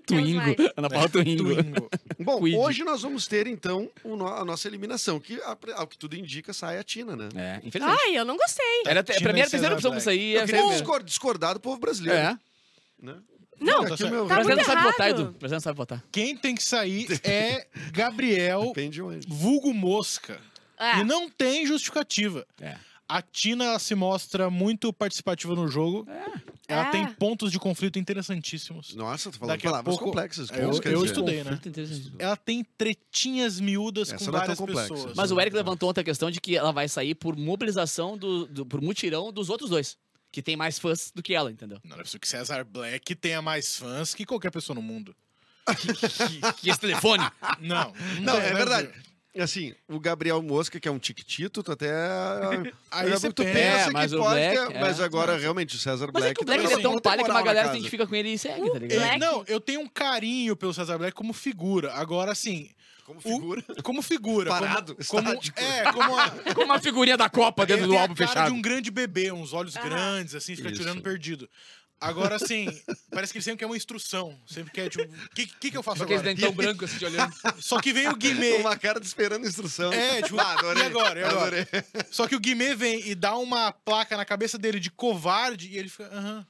S4: Twingo.
S1: Deus vai.
S4: Ana Paula Twingo.
S3: Twingo.
S2: Bom,
S4: Quid.
S2: hoje nós vamos ter, então, o no- a nossa eliminação, que, a- ao que tudo indica, sai a Tina, né?
S4: É, infelizmente.
S1: Ai, eu não gostei.
S4: Era a te-
S3: Tina
S4: pra mim era
S3: e
S4: a terceira
S3: Cesar
S4: opção pra
S3: Black.
S4: sair.
S2: Eu
S4: a
S2: queria
S4: primeira.
S2: discor- discordar do povo brasileiro.
S4: É.
S1: Não,
S2: Aqui o
S3: certo.
S2: meu
S4: O
S1: Tá
S4: brasileiro não
S1: muito
S4: sabe votar,
S1: errado.
S4: Edu. O brasileiro não sabe votar.
S3: Quem tem que sair é Gabriel
S2: Depende de onde.
S3: Vulgo Mosca.
S1: É.
S3: E não tem justificativa.
S4: Ah. É.
S3: A Tina ela se mostra muito participativa no jogo. Ela
S1: É.
S3: tem pontos de conflito interessantíssimos.
S2: Nossa, tô falando
S3: Daqui a
S2: palavras
S3: pouco-
S2: complexas.
S3: Eu-
S2: isso quer
S3: eu
S2: dizer.
S3: estudei. né?
S4: Conflito interessante.
S3: Ela tem tretinhas miúdas
S2: Essa
S3: com
S2: não é tão
S3: várias
S2: complexa.
S3: pessoas.
S4: Mas o Eric
S2: Não.
S4: levantou outra questão de que ela vai sair por mobilização, do, do- por mutirão dos outros dois. Que tem mais fãs do que ela, entendeu?
S3: Não, é possível que Cesar Black tenha mais fãs que qualquer pessoa no mundo.
S4: Que, que esse telefone.
S3: Não.
S2: Não, é
S3: né,
S2: verdade.
S3: Gil?
S2: Assim, o Gabriel Mosca, que é um tiquitito, tu até...
S3: Aí você
S2: tu
S3: pensa.
S4: É,
S2: pensa
S4: mas
S2: que
S4: o
S2: pode...
S4: Black,
S2: que-
S4: é.
S2: Mas agora, realmente, o César
S4: Mas
S2: Black...
S4: é que o Black
S2: também
S4: ele é
S2: não
S4: tão
S2: tem
S4: palha que uma
S2: moral na
S4: galera se
S2: casa.
S4: identifica com ele e segue, tá ligado?
S1: Black.
S3: Não, eu tenho um carinho pelo Cesar Black como figura. Agora, assim,
S2: Como
S3: o-
S2: figura...
S3: como figura.
S2: Parado,
S3: como, como,
S2: estático.
S3: É, como a,
S4: Como uma figurinha da Copa
S3: Ele
S4: dentro do
S3: tem a
S4: álbum
S3: cara
S4: fechado.
S3: de um grande bebê, uns olhos grandes, assim, fica
S2: Isso.
S3: tirando perdido. Agora, assim, parece que ele sempre quer uma instrução. Sempre quer, tipo, o que, que, que eu faço
S4: Aqueles
S3: agora?
S4: dentão branco assim, te olhando.
S3: Só que vem o Guimê.
S2: Uma cara de esperando instrução.
S3: É, tipo,
S2: Ah, adorei,
S3: e agora? E agora?
S2: adorei.
S3: Só que o Guimê vem e dá uma placa na cabeça dele de covarde e ele fica. aham.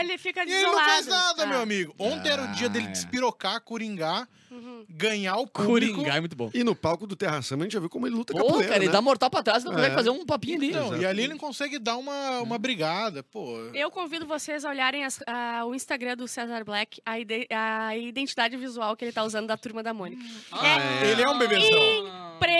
S1: Ele fica
S3: E ele não
S1: desolado.
S3: faz nada,
S1: Ah.
S3: meu amigo. Ontem era o dia dele
S4: Ah, é.
S3: despirocar, coringar, ganhar o público.
S4: Coringa, é muito bom.
S2: E no palco do Terra Sama, a gente já viu como ele luta
S4: Pô,
S2: capoeira,
S4: cara, ele
S2: né?
S4: dá mortal pra trás, não consegue
S2: É.
S4: fazer um papinho ali.
S3: Não,
S2: Exato.
S3: e ali ele não consegue dar uma, uma brigada, pô.
S1: Eu convido vocês a olharem as- a- o Instagram do Cesar Black, a, ide- a identidade visual que ele tá usando da turma da Mônica.
S4: Ah,
S3: Ele é um bebezão.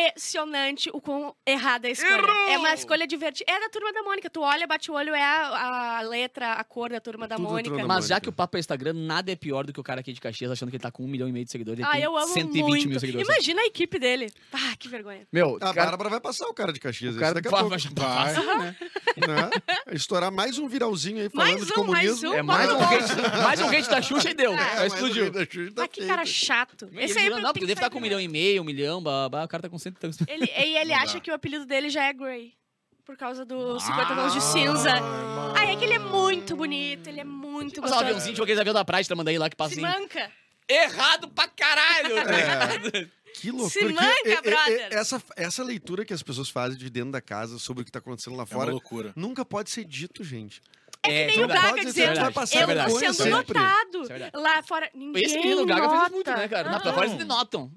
S1: Impressionante o quão errada é a escolha. É uma escolha divertida. É da turma da Mônica. Tu olha, bate o olho, é a, a letra, a cor da turma da
S2: Tudo da
S1: Mônica.
S2: Turma da
S4: Mas já
S2: Mônica.
S4: que o papo é Instagram, nada é pior do que o cara aqui de Caxias achando que ele tá com um milhão e meio de seguidores. Ele
S1: Ah,
S4: tem
S1: eu amo
S4: 120
S1: muito.
S4: mil seguidores.
S1: Imagina a equipe dele. Ah, que vergonha.
S4: Meu,
S2: A
S4: um cara,
S2: Bárbara vai passar o cara de Caxias.
S4: o
S2: esse
S4: cara
S2: daqui a
S4: vai-
S2: pouco,
S4: vai-
S3: Vai.
S2: né? Estourar mais um viralzinho aí falando
S1: Mais
S2: de
S1: um, mais
S2: comunismo. um
S1: um.
S4: É mais um hate, mais um hate da Xuxa e
S2: É,
S4: deu. Aí explodiu.
S2: tá
S1: Ah, que cara chato.
S4: Ele
S1: Esse aí é
S4: virou, não,
S1: tem
S4: porque
S1: que
S4: deve
S1: sair
S4: estar com um
S1: primeiro.
S4: milhão e meio, um milhão, blá, blá, blá, o cara tá com cento e tantos.
S1: Ele, e ele
S3: Não dá.
S1: acha que o apelido dele já é Grey. Por causa do
S4: Ah,
S1: 50 tons de cinza. Ai, é que ele é muito bonito, ele é muito
S4: Mas um aviãozinho,
S1: gostoso.
S4: tipo aqueles avião da praia, te mandei lá que passa
S1: Se
S4: assim.
S1: manca.
S4: Errado pra caralho! né?
S2: É. Que loucura.
S1: Se
S2: que-
S1: manca,
S2: e- e- e-
S1: brother.
S2: é, essa, essa leitura que as pessoas fazem de dentro da casa sobre o que tá acontecendo lá
S3: É uma
S2: fora
S3: loucura.
S2: nunca pode ser dito, gente.
S4: É,
S1: nem o
S4: verdade.
S1: Gaga
S2: Pode
S1: dizendo,
S2: ser, vai
S4: é
S2: passar
S1: Eu
S4: verdade,
S1: tô
S2: vergonha
S1: sendo
S4: isso é
S2: sempre.
S1: notado.
S4: Isso é verdade.
S1: Lá fora, ninguém
S4: Esse menino o Gaga
S1: nota.
S4: fez muito, né, cara? Na
S3: Ah.
S4: fora eles notam.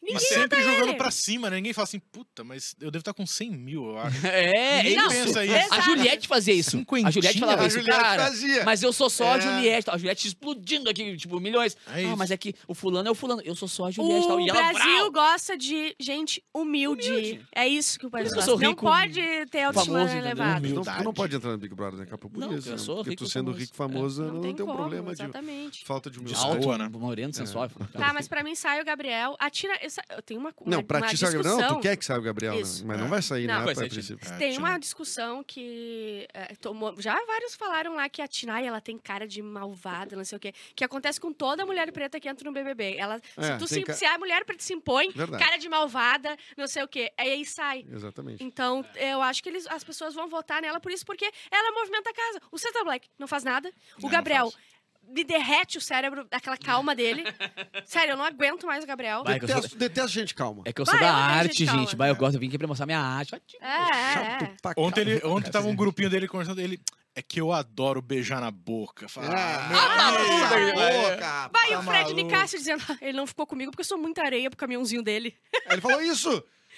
S3: Mas
S1: Ninguém
S3: sempre
S1: mata
S3: jogando
S1: ele.
S3: pra cima, né? Ninguém fala assim, puta, mas eu devo estar com 100 mil, eu acho.
S4: É, é
S3: Ninguém
S4: isso.
S3: pensa isso.
S4: A
S1: Exato.
S4: Juliette fazia isso.
S3: Cinquentinha?
S4: A Juliette falava
S2: A
S4: isso,
S2: Juliette
S4: cara.
S2: fazia.
S4: Mas eu sou só a
S2: É.
S4: Juliette. A Juliette explodindo aqui, tipo, milhões.
S3: É
S4: ah,
S3: isso.
S4: mas é que o fulano é o fulano. Eu sou só a Juliette e tal.
S1: O
S4: E ela,
S1: Brasil
S4: brau,
S1: gosta de gente humilde.
S4: Humilde.
S1: É isso que o Brasil
S4: Por
S1: gosta.
S4: isso que eu sou
S1: Não
S4: rico,
S1: pode ter autoestima
S4: famoso, entendeu?
S1: elevada.
S2: Não,
S3: Humildade.
S2: tu não pode entrar no Big Brother, né, Capo? Por
S4: Não,
S2: isso.
S4: eu
S2: né?
S4: sou
S2: Porque
S4: rico,
S2: tu sendo
S4: famoso.
S2: rico famoso,
S1: Não
S2: não,
S1: tem
S2: tem um
S1: como,
S2: problema de
S1: exatamente.
S2: falta de humildade.
S3: Alto,
S4: Alto,
S3: né?
S4: Moreno, sensual.
S1: Tá, mas pra mim sai o Gabriel. Atira. Eu, sa- eu tenho uma, uma
S2: Não, pra
S1: é uma
S2: ti sabe,
S1: discussão.
S2: não, tu quer que saiba o Gabriel, né?
S1: Isso.
S2: mas não vai sair,
S1: Não.
S2: né?
S4: Vai
S2: pra
S4: sair,
S2: princípio.
S3: É,
S1: Tem
S3: tinha
S1: uma discussão que é, tomou. Já vários falaram lá que a Tina, ai, ela tem cara de malvada, não sei o quê. Que acontece com toda mulher preta que entra no BBB. Ela,
S2: É,
S1: se, tu
S2: tem
S1: se,
S2: ca-
S1: se a mulher preta se impõe,
S2: Verdade.
S1: cara de malvada, não sei o quê. Aí, aí sai.
S2: Exatamente.
S1: Então,
S2: É.
S1: eu acho que eles, as pessoas vão votar nela por isso, porque ela movimenta a casa. O Santa Black não faz nada. O
S3: não
S1: Gabriel me derrete o cérebro, aquela calma dele. Sério, eu não aguento mais o Gabriel.
S4: Vai, que eu sou-
S2: Detesto, detesto gente calma.
S4: É que eu sou
S1: Vai,
S4: da
S1: eu odeio
S4: arte,
S1: gente calma.
S4: gente. Vai, eu gosto. Eu vim aqui pra mostrar minha arte. Vai, tio.
S1: É, é, é.
S2: Chato pra
S3: Ontem,
S2: caralho.
S3: ele, ontem tava um
S4: é
S3: grupinho dele conversando, ele... É que eu adoro beijar na boca. Fala,
S2: Ah,
S3: meu Deus,
S2: cala
S3: meu
S2: a
S3: Deus.
S2: boca,
S1: Vai, e
S3: Tá
S1: o Fred
S3: maluco.
S1: Nicásio dizendo, "Ah, ele não ficou comigo porque eu sou muita areia pro caminhãozinho dele.
S2: Aí Ele falou isso!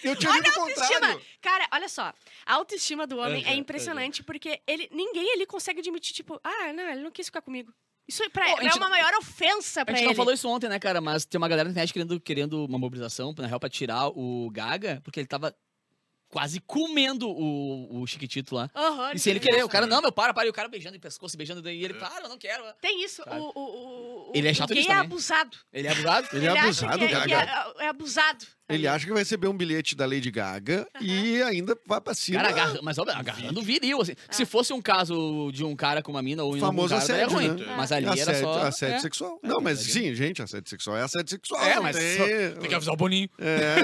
S2: Eu tinha dito o
S1: Autoestima!
S2: contrário!
S1: Cara, olha só. A autoestima do homem
S4: Aham,
S1: é impressionante porque ele, ninguém ali consegue admitir, tipo, ah, não, ele não quis ficar comigo. Isso é pra,
S4: Pô, a gente-
S1: é uma maior ofensa
S4: A
S1: pra
S4: gente
S1: ele.
S4: não falou isso ontem, né, cara? Mas tem uma galera na internet querendo, querendo uma mobilização, na real, pra tirar o Gaga, porque ele tava quase comendo o, o Chiquitito lá.
S1: Aham,
S4: E se ele
S1: entendeu?
S4: querer, o cara, não, meu, para, para. E o cara beijando em pescoço, beijando. E ele, para, eu não quero.
S1: Tem isso.
S4: Sabe?
S1: O, o- o- o-
S4: Ele é chato
S1: o gay
S4: nisso
S1: é
S4: também.
S1: abusado.
S4: Ele é abusado?
S2: Ele é
S1: acha
S2: abusado,
S1: que é,
S2: Gaga.
S1: que é, é abusado.
S2: Ele acha que vai receber um bilhete da Lady Gaga e é. ainda vai pra cima.
S4: Cara, agarra, mas ó, agarrando viril, assim.
S1: É.
S4: Se fosse um caso de um cara com uma mina ou um
S2: Famoso
S4: cara, daí é
S2: assédio,
S4: ruim.
S2: né?
S4: Mas ali era
S2: assédio,
S4: só...
S2: assédio
S4: é.
S2: sexual. Não, mas
S4: ali-
S2: sim, gente, assédio sexual é assédio sexual.
S4: É,
S2: não
S4: mas
S2: tem...
S4: só- tem que avisar o Boninho.
S2: É,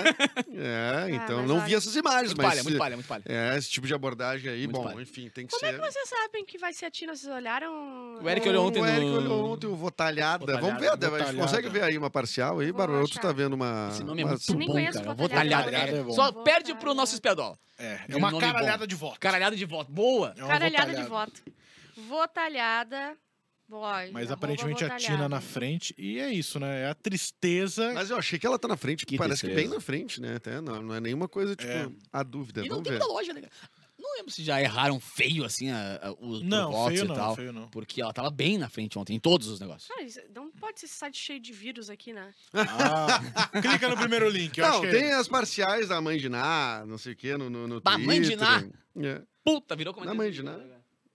S2: é, então
S1: mas
S2: não vi
S1: olha-
S2: essas imagens,
S4: Muito
S2: mas...
S4: palha, muito palha, muito palha.
S2: É, esse tipo de abordagem aí,
S4: Muito
S2: bom,
S4: palha.
S2: enfim, tem que
S1: Como é
S2: ser...
S1: que vocês sabem que vai ser a Tina? Vocês olharam?
S4: O Eric olhou um, ontem
S2: O
S4: no-
S2: Eric olhou ontem, o Votalhada.
S4: Votalhada,
S2: Vamos ver, Débora, a gente
S3: Votalhada.
S2: consegue ver aí uma parcial aí,
S1: Vou
S2: Bárbara? Ou tu
S1: achar.
S2: tá vendo uma...
S4: Esse nome é
S2: uma-
S4: muito
S1: nem
S4: bom,
S1: conheço
S4: cara.
S1: o né?
S4: Vou
S1: Votalhada.
S4: talhar.
S3: Votalhada é bom.
S4: Só
S1: Votalhada.
S4: perde pro nosso espedol.
S3: É,
S4: De
S3: é uma
S4: nome
S3: caralhada
S4: bom.
S3: de voto.
S4: Caralhada de voto. Boa.
S3: É uma
S1: Caralhada de
S3: votalhada.
S1: voto. Votalhada. Boy,
S3: Mas
S1: arroba
S3: aparentemente a
S1: votalhada.
S3: Tina na frente. E é isso, né? É a tristeza.
S2: Mas eu achei que ela tá na frente,
S4: Que
S2: parece que
S4: tristeza.
S2: bem na frente, né? Até não, não é nenhuma coisa, tipo,
S3: É.
S2: a dúvida.
S4: E não
S2: Vamos
S4: tem
S2: ver.
S4: muita loja, né? cara? Não lembro se já erraram feio, assim, a, a,
S2: é
S4: os
S3: Não,
S4: votos
S3: feio
S4: e tal.
S3: não, feio não.
S4: Porque ela tava bem na frente ontem, em todos os negócios.
S1: Cara, isso- não pode ser esse site cheio de vírus aqui, né?
S3: Ah, clica no primeiro link, eu acho
S2: Não,
S3: que é
S2: tem
S3: ele.
S2: as parciais da Mãe de Ná, não sei o quê, no, no, no
S4: Da Mãe de
S2: Twitter.
S4: Ná?
S2: É.
S4: Puta, virou
S2: Da
S4: comentário.
S2: Mãe de Ná.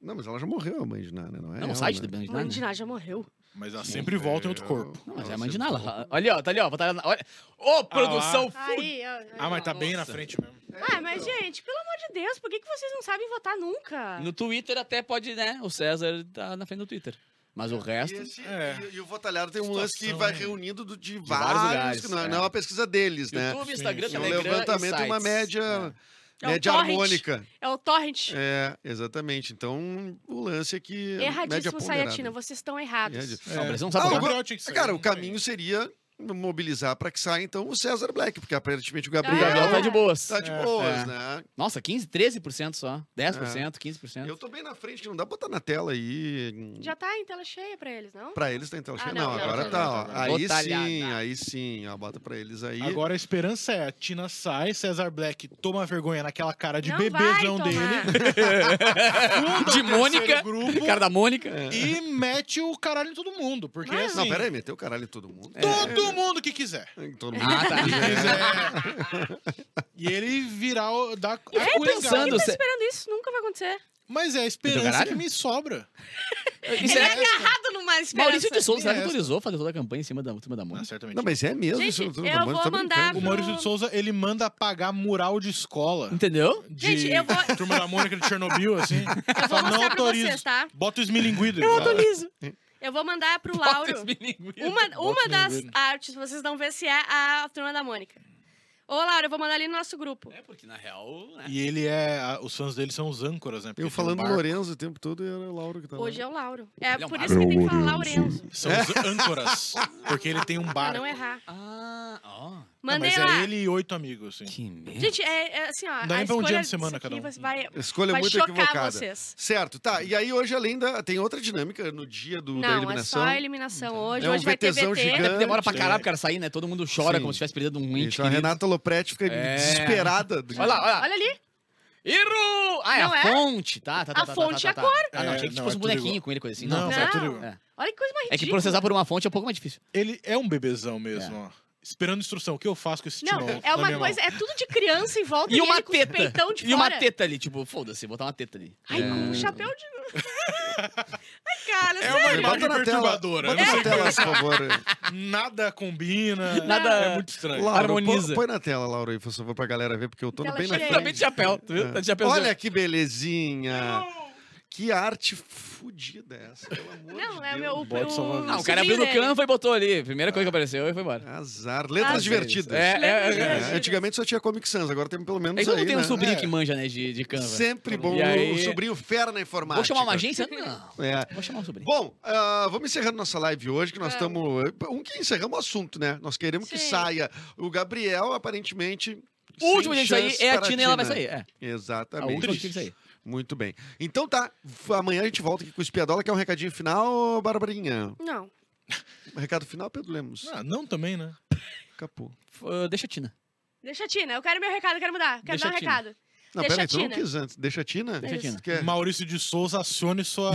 S2: Não, mas ela já morreu, a Mãe de Ná, né? Não, é
S4: Não,
S2: ela,
S4: o um
S2: né?
S4: site do Band
S1: Mãe de Ná já morreu.
S3: Mas ela sempre volta em outro corpo.
S4: Não, mas é a
S2: Ela
S4: mãe de
S2: sempre-
S4: Nala. Olha, ó, tá ali, ó. botaram na- Olha. Ô, produção fudida.
S1: Aí, ó, aí,
S3: Ah, mas
S1: ó.
S3: tá bem na
S4: Nossa.
S3: frente mesmo.
S1: Ah, mas, gente, pelo amor de Deus, por que, que vocês não sabem votar nunca?
S4: No Twitter até pode, né? O César tá na frente do Twitter. Mas o
S2: E,
S4: resto.
S2: esse-
S3: É.
S2: e- e o Votalhado tem um lance que
S3: Situação,
S2: vai
S3: né?
S2: reunindo do- de,
S4: vários
S2: vários,
S4: lugares,
S2: que não, é.
S4: é.
S2: não é uma pesquisa deles, né?
S4: YouTube, Instagram,
S3: sim.
S2: É um
S4: Telegram.
S2: levantamento,
S4: e
S2: uma
S4: sites. né?
S2: média,
S1: É. É um
S2: média
S1: torrent.
S2: harmônica.
S1: É o torrent.
S2: É, exatamente. Então, o lance é que. média
S1: Erradíssimo,
S2: ponderada.
S1: Sayatina. Vocês estão errados.
S2: Média.
S4: É. Não,
S3: É.
S4: mas não
S2: Ah,
S4: sabe
S2: o Gabriel
S4: votar.
S3: Gabriel tinha que sair,
S2: Cara, o
S3: não tem.
S2: caminho seria mobilizar pra que saia, então, o César Black, porque aparentemente o Gabriel.
S4: O Gabriel tá
S1: Ah.
S4: de boas.
S2: Tá de
S3: É,
S2: boas,
S4: é.
S2: né?
S4: Nossa, 15, 13% só. 10%, 15%.
S2: Eu tô bem na frente, não dá pra botar na tela aí.
S1: Já tá em tela cheia pra eles, não?
S2: Pra eles tá em tela
S1: Ah,
S2: cheia.
S1: não,
S2: não,
S1: não,
S2: agora
S3: não,
S2: tá,
S3: não,
S2: ó.
S3: não,
S4: não.
S2: Aí
S4: Botalhada.
S2: sim, aí sim, ó. Bota pra eles aí.
S3: Agora a esperança é a Tina sai, Cesar Black toma vergonha naquela cara de
S1: não
S3: bebezão dele,
S1: tomar.
S2: Ah,
S3: funda
S4: De
S3: o terceiro
S4: Mônica.
S3: grupo
S4: Cara da Mônica.
S2: É.
S3: e mete o caralho em todo mundo, porque
S1: Mas-
S3: assim,
S2: Não, pera aí, meteu o caralho em todo mundo.
S3: todo mundo que quiser.
S2: É, em Todo mundo.
S4: Ah, tá.
S3: E ele virar o da
S4: Eu fico pensando. se-
S1: tá Esperando isso, nunca vai acontecer.
S3: Mas é a
S4: Meteu
S3: esperança
S4: caralho?
S3: que me sobra.
S4: e será que
S1: Errado é numa esperança.
S4: é- Maurício de Souza, será que
S3: Essa.
S4: autorizou fazer toda a campanha em cima da turma da Mônica?
S3: certamente.
S2: Não, mas é mesmo.
S1: Gente,
S2: isso não tô
S1: eu
S2: tomando,
S1: vou
S2: tá
S1: mandar
S2: brincando.
S3: O Maurício de Souza, ele manda apagar mural de escola.
S4: Entendeu?
S3: De
S1: Gente, eu vou-
S3: Turma da Mônica de Chernobyl, assim.
S1: Eu vou
S3: Só não
S1: mostrar pra
S3: autorizo.
S1: vocês, tá?
S3: Bota o esmilinguido. Eu
S1: Eu vou mandar pro Lauro uma, uma
S3: Bota
S1: das
S3: minguido.
S1: artes, vocês vão ver se é a turma da Mônica. Ô, Lauro, eu vou mandar ali no nosso grupo.
S4: É, porque na real. né?
S3: E ele é. a- Os fãs dele são os âncoras, né? Porque
S2: Eu
S3: tem
S2: falando
S3: um barco.
S2: Lorenzo o tempo todo e era o Lauro que tá tava.
S1: Hoje é o Lauro. É
S4: Ele é um
S1: por
S4: mago.
S1: isso que tem que falar
S5: É o Lourenço.
S1: Laurenzo.
S3: São os âncoras. Porque ele tem um
S1: Pra
S3: barco.
S1: não errar.
S4: Ah, ó.
S3: Não,
S1: Mandei
S3: mas
S1: lá.
S3: é ele e oito amigos, assim.
S4: Que merda.
S1: Gente, é, é assim, ó.
S3: Dá
S1: a
S3: nem pra um dia
S1: escolha
S3: de semana,
S1: disso
S3: cada
S1: aqui
S3: um.
S1: Vai,
S2: A escolha é
S1: vai
S2: muito
S1: chocar
S2: equivocada.
S1: vocês.
S2: Certo, tá. E aí hoje, além da. Tem outra dinâmica no dia do, da
S1: Não, é
S2: eliminação.
S1: só a eliminação hoje.
S2: É um
S1: hoje vai ter
S2: VTzão
S1: VT.
S2: gigante.
S4: Até porque demora pra
S3: Sim.
S4: caralho pro cara sair, né? Todo mundo chora
S2: Sim.
S4: como se tivesse perdido um ente
S2: Então a
S4: querido.
S2: Renata Lopretti fica
S4: É.
S2: desesperada. do-
S4: Olha lá, olha lá.
S1: Olha ali.
S4: Erro! Ah, é
S1: Não
S4: a
S1: é?
S4: fonte. Tá, tá, tá.
S1: A
S4: tá, tá,
S1: fonte
S4: tá,
S1: é a
S4: tá.
S1: cor.
S4: Ah, não.
S3: É,
S4: Achei que
S3: não,
S4: fosse
S3: é
S4: um
S3: tudo
S4: bonequinho
S3: igual.
S4: com ele, coisa assim.
S3: Não,
S4: Não,
S3: é
S1: Não.
S3: tudo igual.
S4: É.
S1: Olha que coisa mais
S4: É que
S1: ridícula.
S4: processar por uma fonte é um pouco mais difícil.
S3: Ele é um bebezão mesmo, ó. Esperando instrução. O que eu faço com esse
S1: Não,
S3: timão?
S1: é
S3: na
S1: uma
S3: minha
S1: coisa.
S3: mão?
S1: É tudo de criança em volta
S4: E
S1: ele
S4: uma
S1: com os peitão
S4: teta.
S1: de
S4: E uma
S1: fora.
S4: teta ali, tipo, foda-se, botar uma teta ali.
S1: Ai, com um chapéu de. Ai, cara,
S3: É
S1: sério.
S3: uma
S2: Bota
S3: imagem
S2: na tela.
S3: perturbadora.
S2: Bota
S3: Eu não
S2: na
S3: sei
S2: tela, por favor.
S3: como- Nada combina.
S4: Nada-
S3: É muito estranho.
S2: Laura, põe-
S4: Harmoniza.
S2: Põe na tela, Laura, aí, por favor, pra galera ver, porque eu tô
S1: Tela
S2: bem na
S1: cheia.
S2: frente. É.
S4: Também de chapéu, tu viu? Tá de chapéu.
S2: Olha que belezinha. Que arte fodida é essa, pelo amor de Deus.
S1: Não, é o meu. o-
S3: Bota só uma Ah, vez.
S4: Não, o cara abriu no campo e botou ali. Primeira coisa que apareceu e foi embora.
S2: Azar. Letras
S1: Às
S2: divertidas.
S4: É, é,
S2: É,
S4: é.
S1: divertidas.
S2: antigamente só tinha Comic Sans, agora tem pelo menos
S4: Aí todo
S2: aí,
S4: mundo tem um
S2: né?
S4: sobrinho
S3: É.
S4: que manja, né, de, de Canva.
S2: Sempre bom.
S4: E aí-
S2: O sobrinho fera na informática.
S4: Vou chamar uma agência? Não.
S2: É.
S4: Vou chamar um sobrinho.
S2: Bom, ah, vamos encerrando nossa live hoje, que nós
S1: É.
S2: estamos... Um que encerramos o assunto, né? Nós queremos que
S1: Sim.
S2: saia o Gabriel, aparentemente...
S4: O último
S2: sem
S4: dia de sair
S2: chance
S4: é a
S2: para
S4: Tina e ela vai sair. É. A
S2: Exatamente.
S4: última dia de sair.
S2: Muito bem. Então tá, f- amanhã a gente volta aqui com o Espiadola, que é um recadinho final, Barbarinha. Um
S1: Não.
S2: Recado final, Pedro Lemos.
S3: Ah, não também, né?
S2: Capô.
S4: F- Deixa a Tina.
S1: Deixa a Tina. Eu quero meu recado, eu quero mudar. Quero
S4: Deixa
S1: dar um
S4: a Tina.
S1: recado.
S2: Não,
S1: Deixa
S2: peraí,
S1: a
S2: tu não
S1: Tina.
S2: quis antes. Deixa a Tina?
S4: Deixa a Tina.
S2: Tu quer?
S3: Maurício de Souza, acione sua.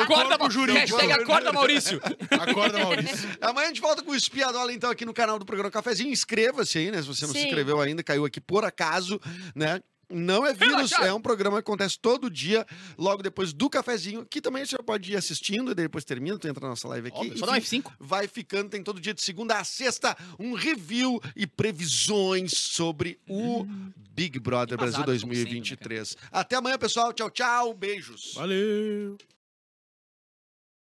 S4: Acorda, Maurício. Hashtag acorda, Maurício.
S3: Acorda, Maurício.
S2: Amanhã a gente volta com o Espiadola, então, aqui no canal do Programa Cafezinho. Inscreva-se aí, né? Se você não se
S1: Sim.
S2: inscreveu ainda, caiu aqui por acaso, né? Não é vírus, é um programa que acontece todo dia, logo depois do cafezinho, que também você pode ir assistindo, e depois termina, tu entra na nossa live aqui.
S4: Óbvio,
S2: e
S4: Só dá um F5.
S2: vai ficando, tem todo dia de segunda a sexta, um review e previsões sobre o Big Brother
S4: Embasado,
S2: Brasil
S4: como sempre, né,
S2: 2023. Até amanhã, pessoal. Tchau, tchau. Beijos.
S3: Valeu.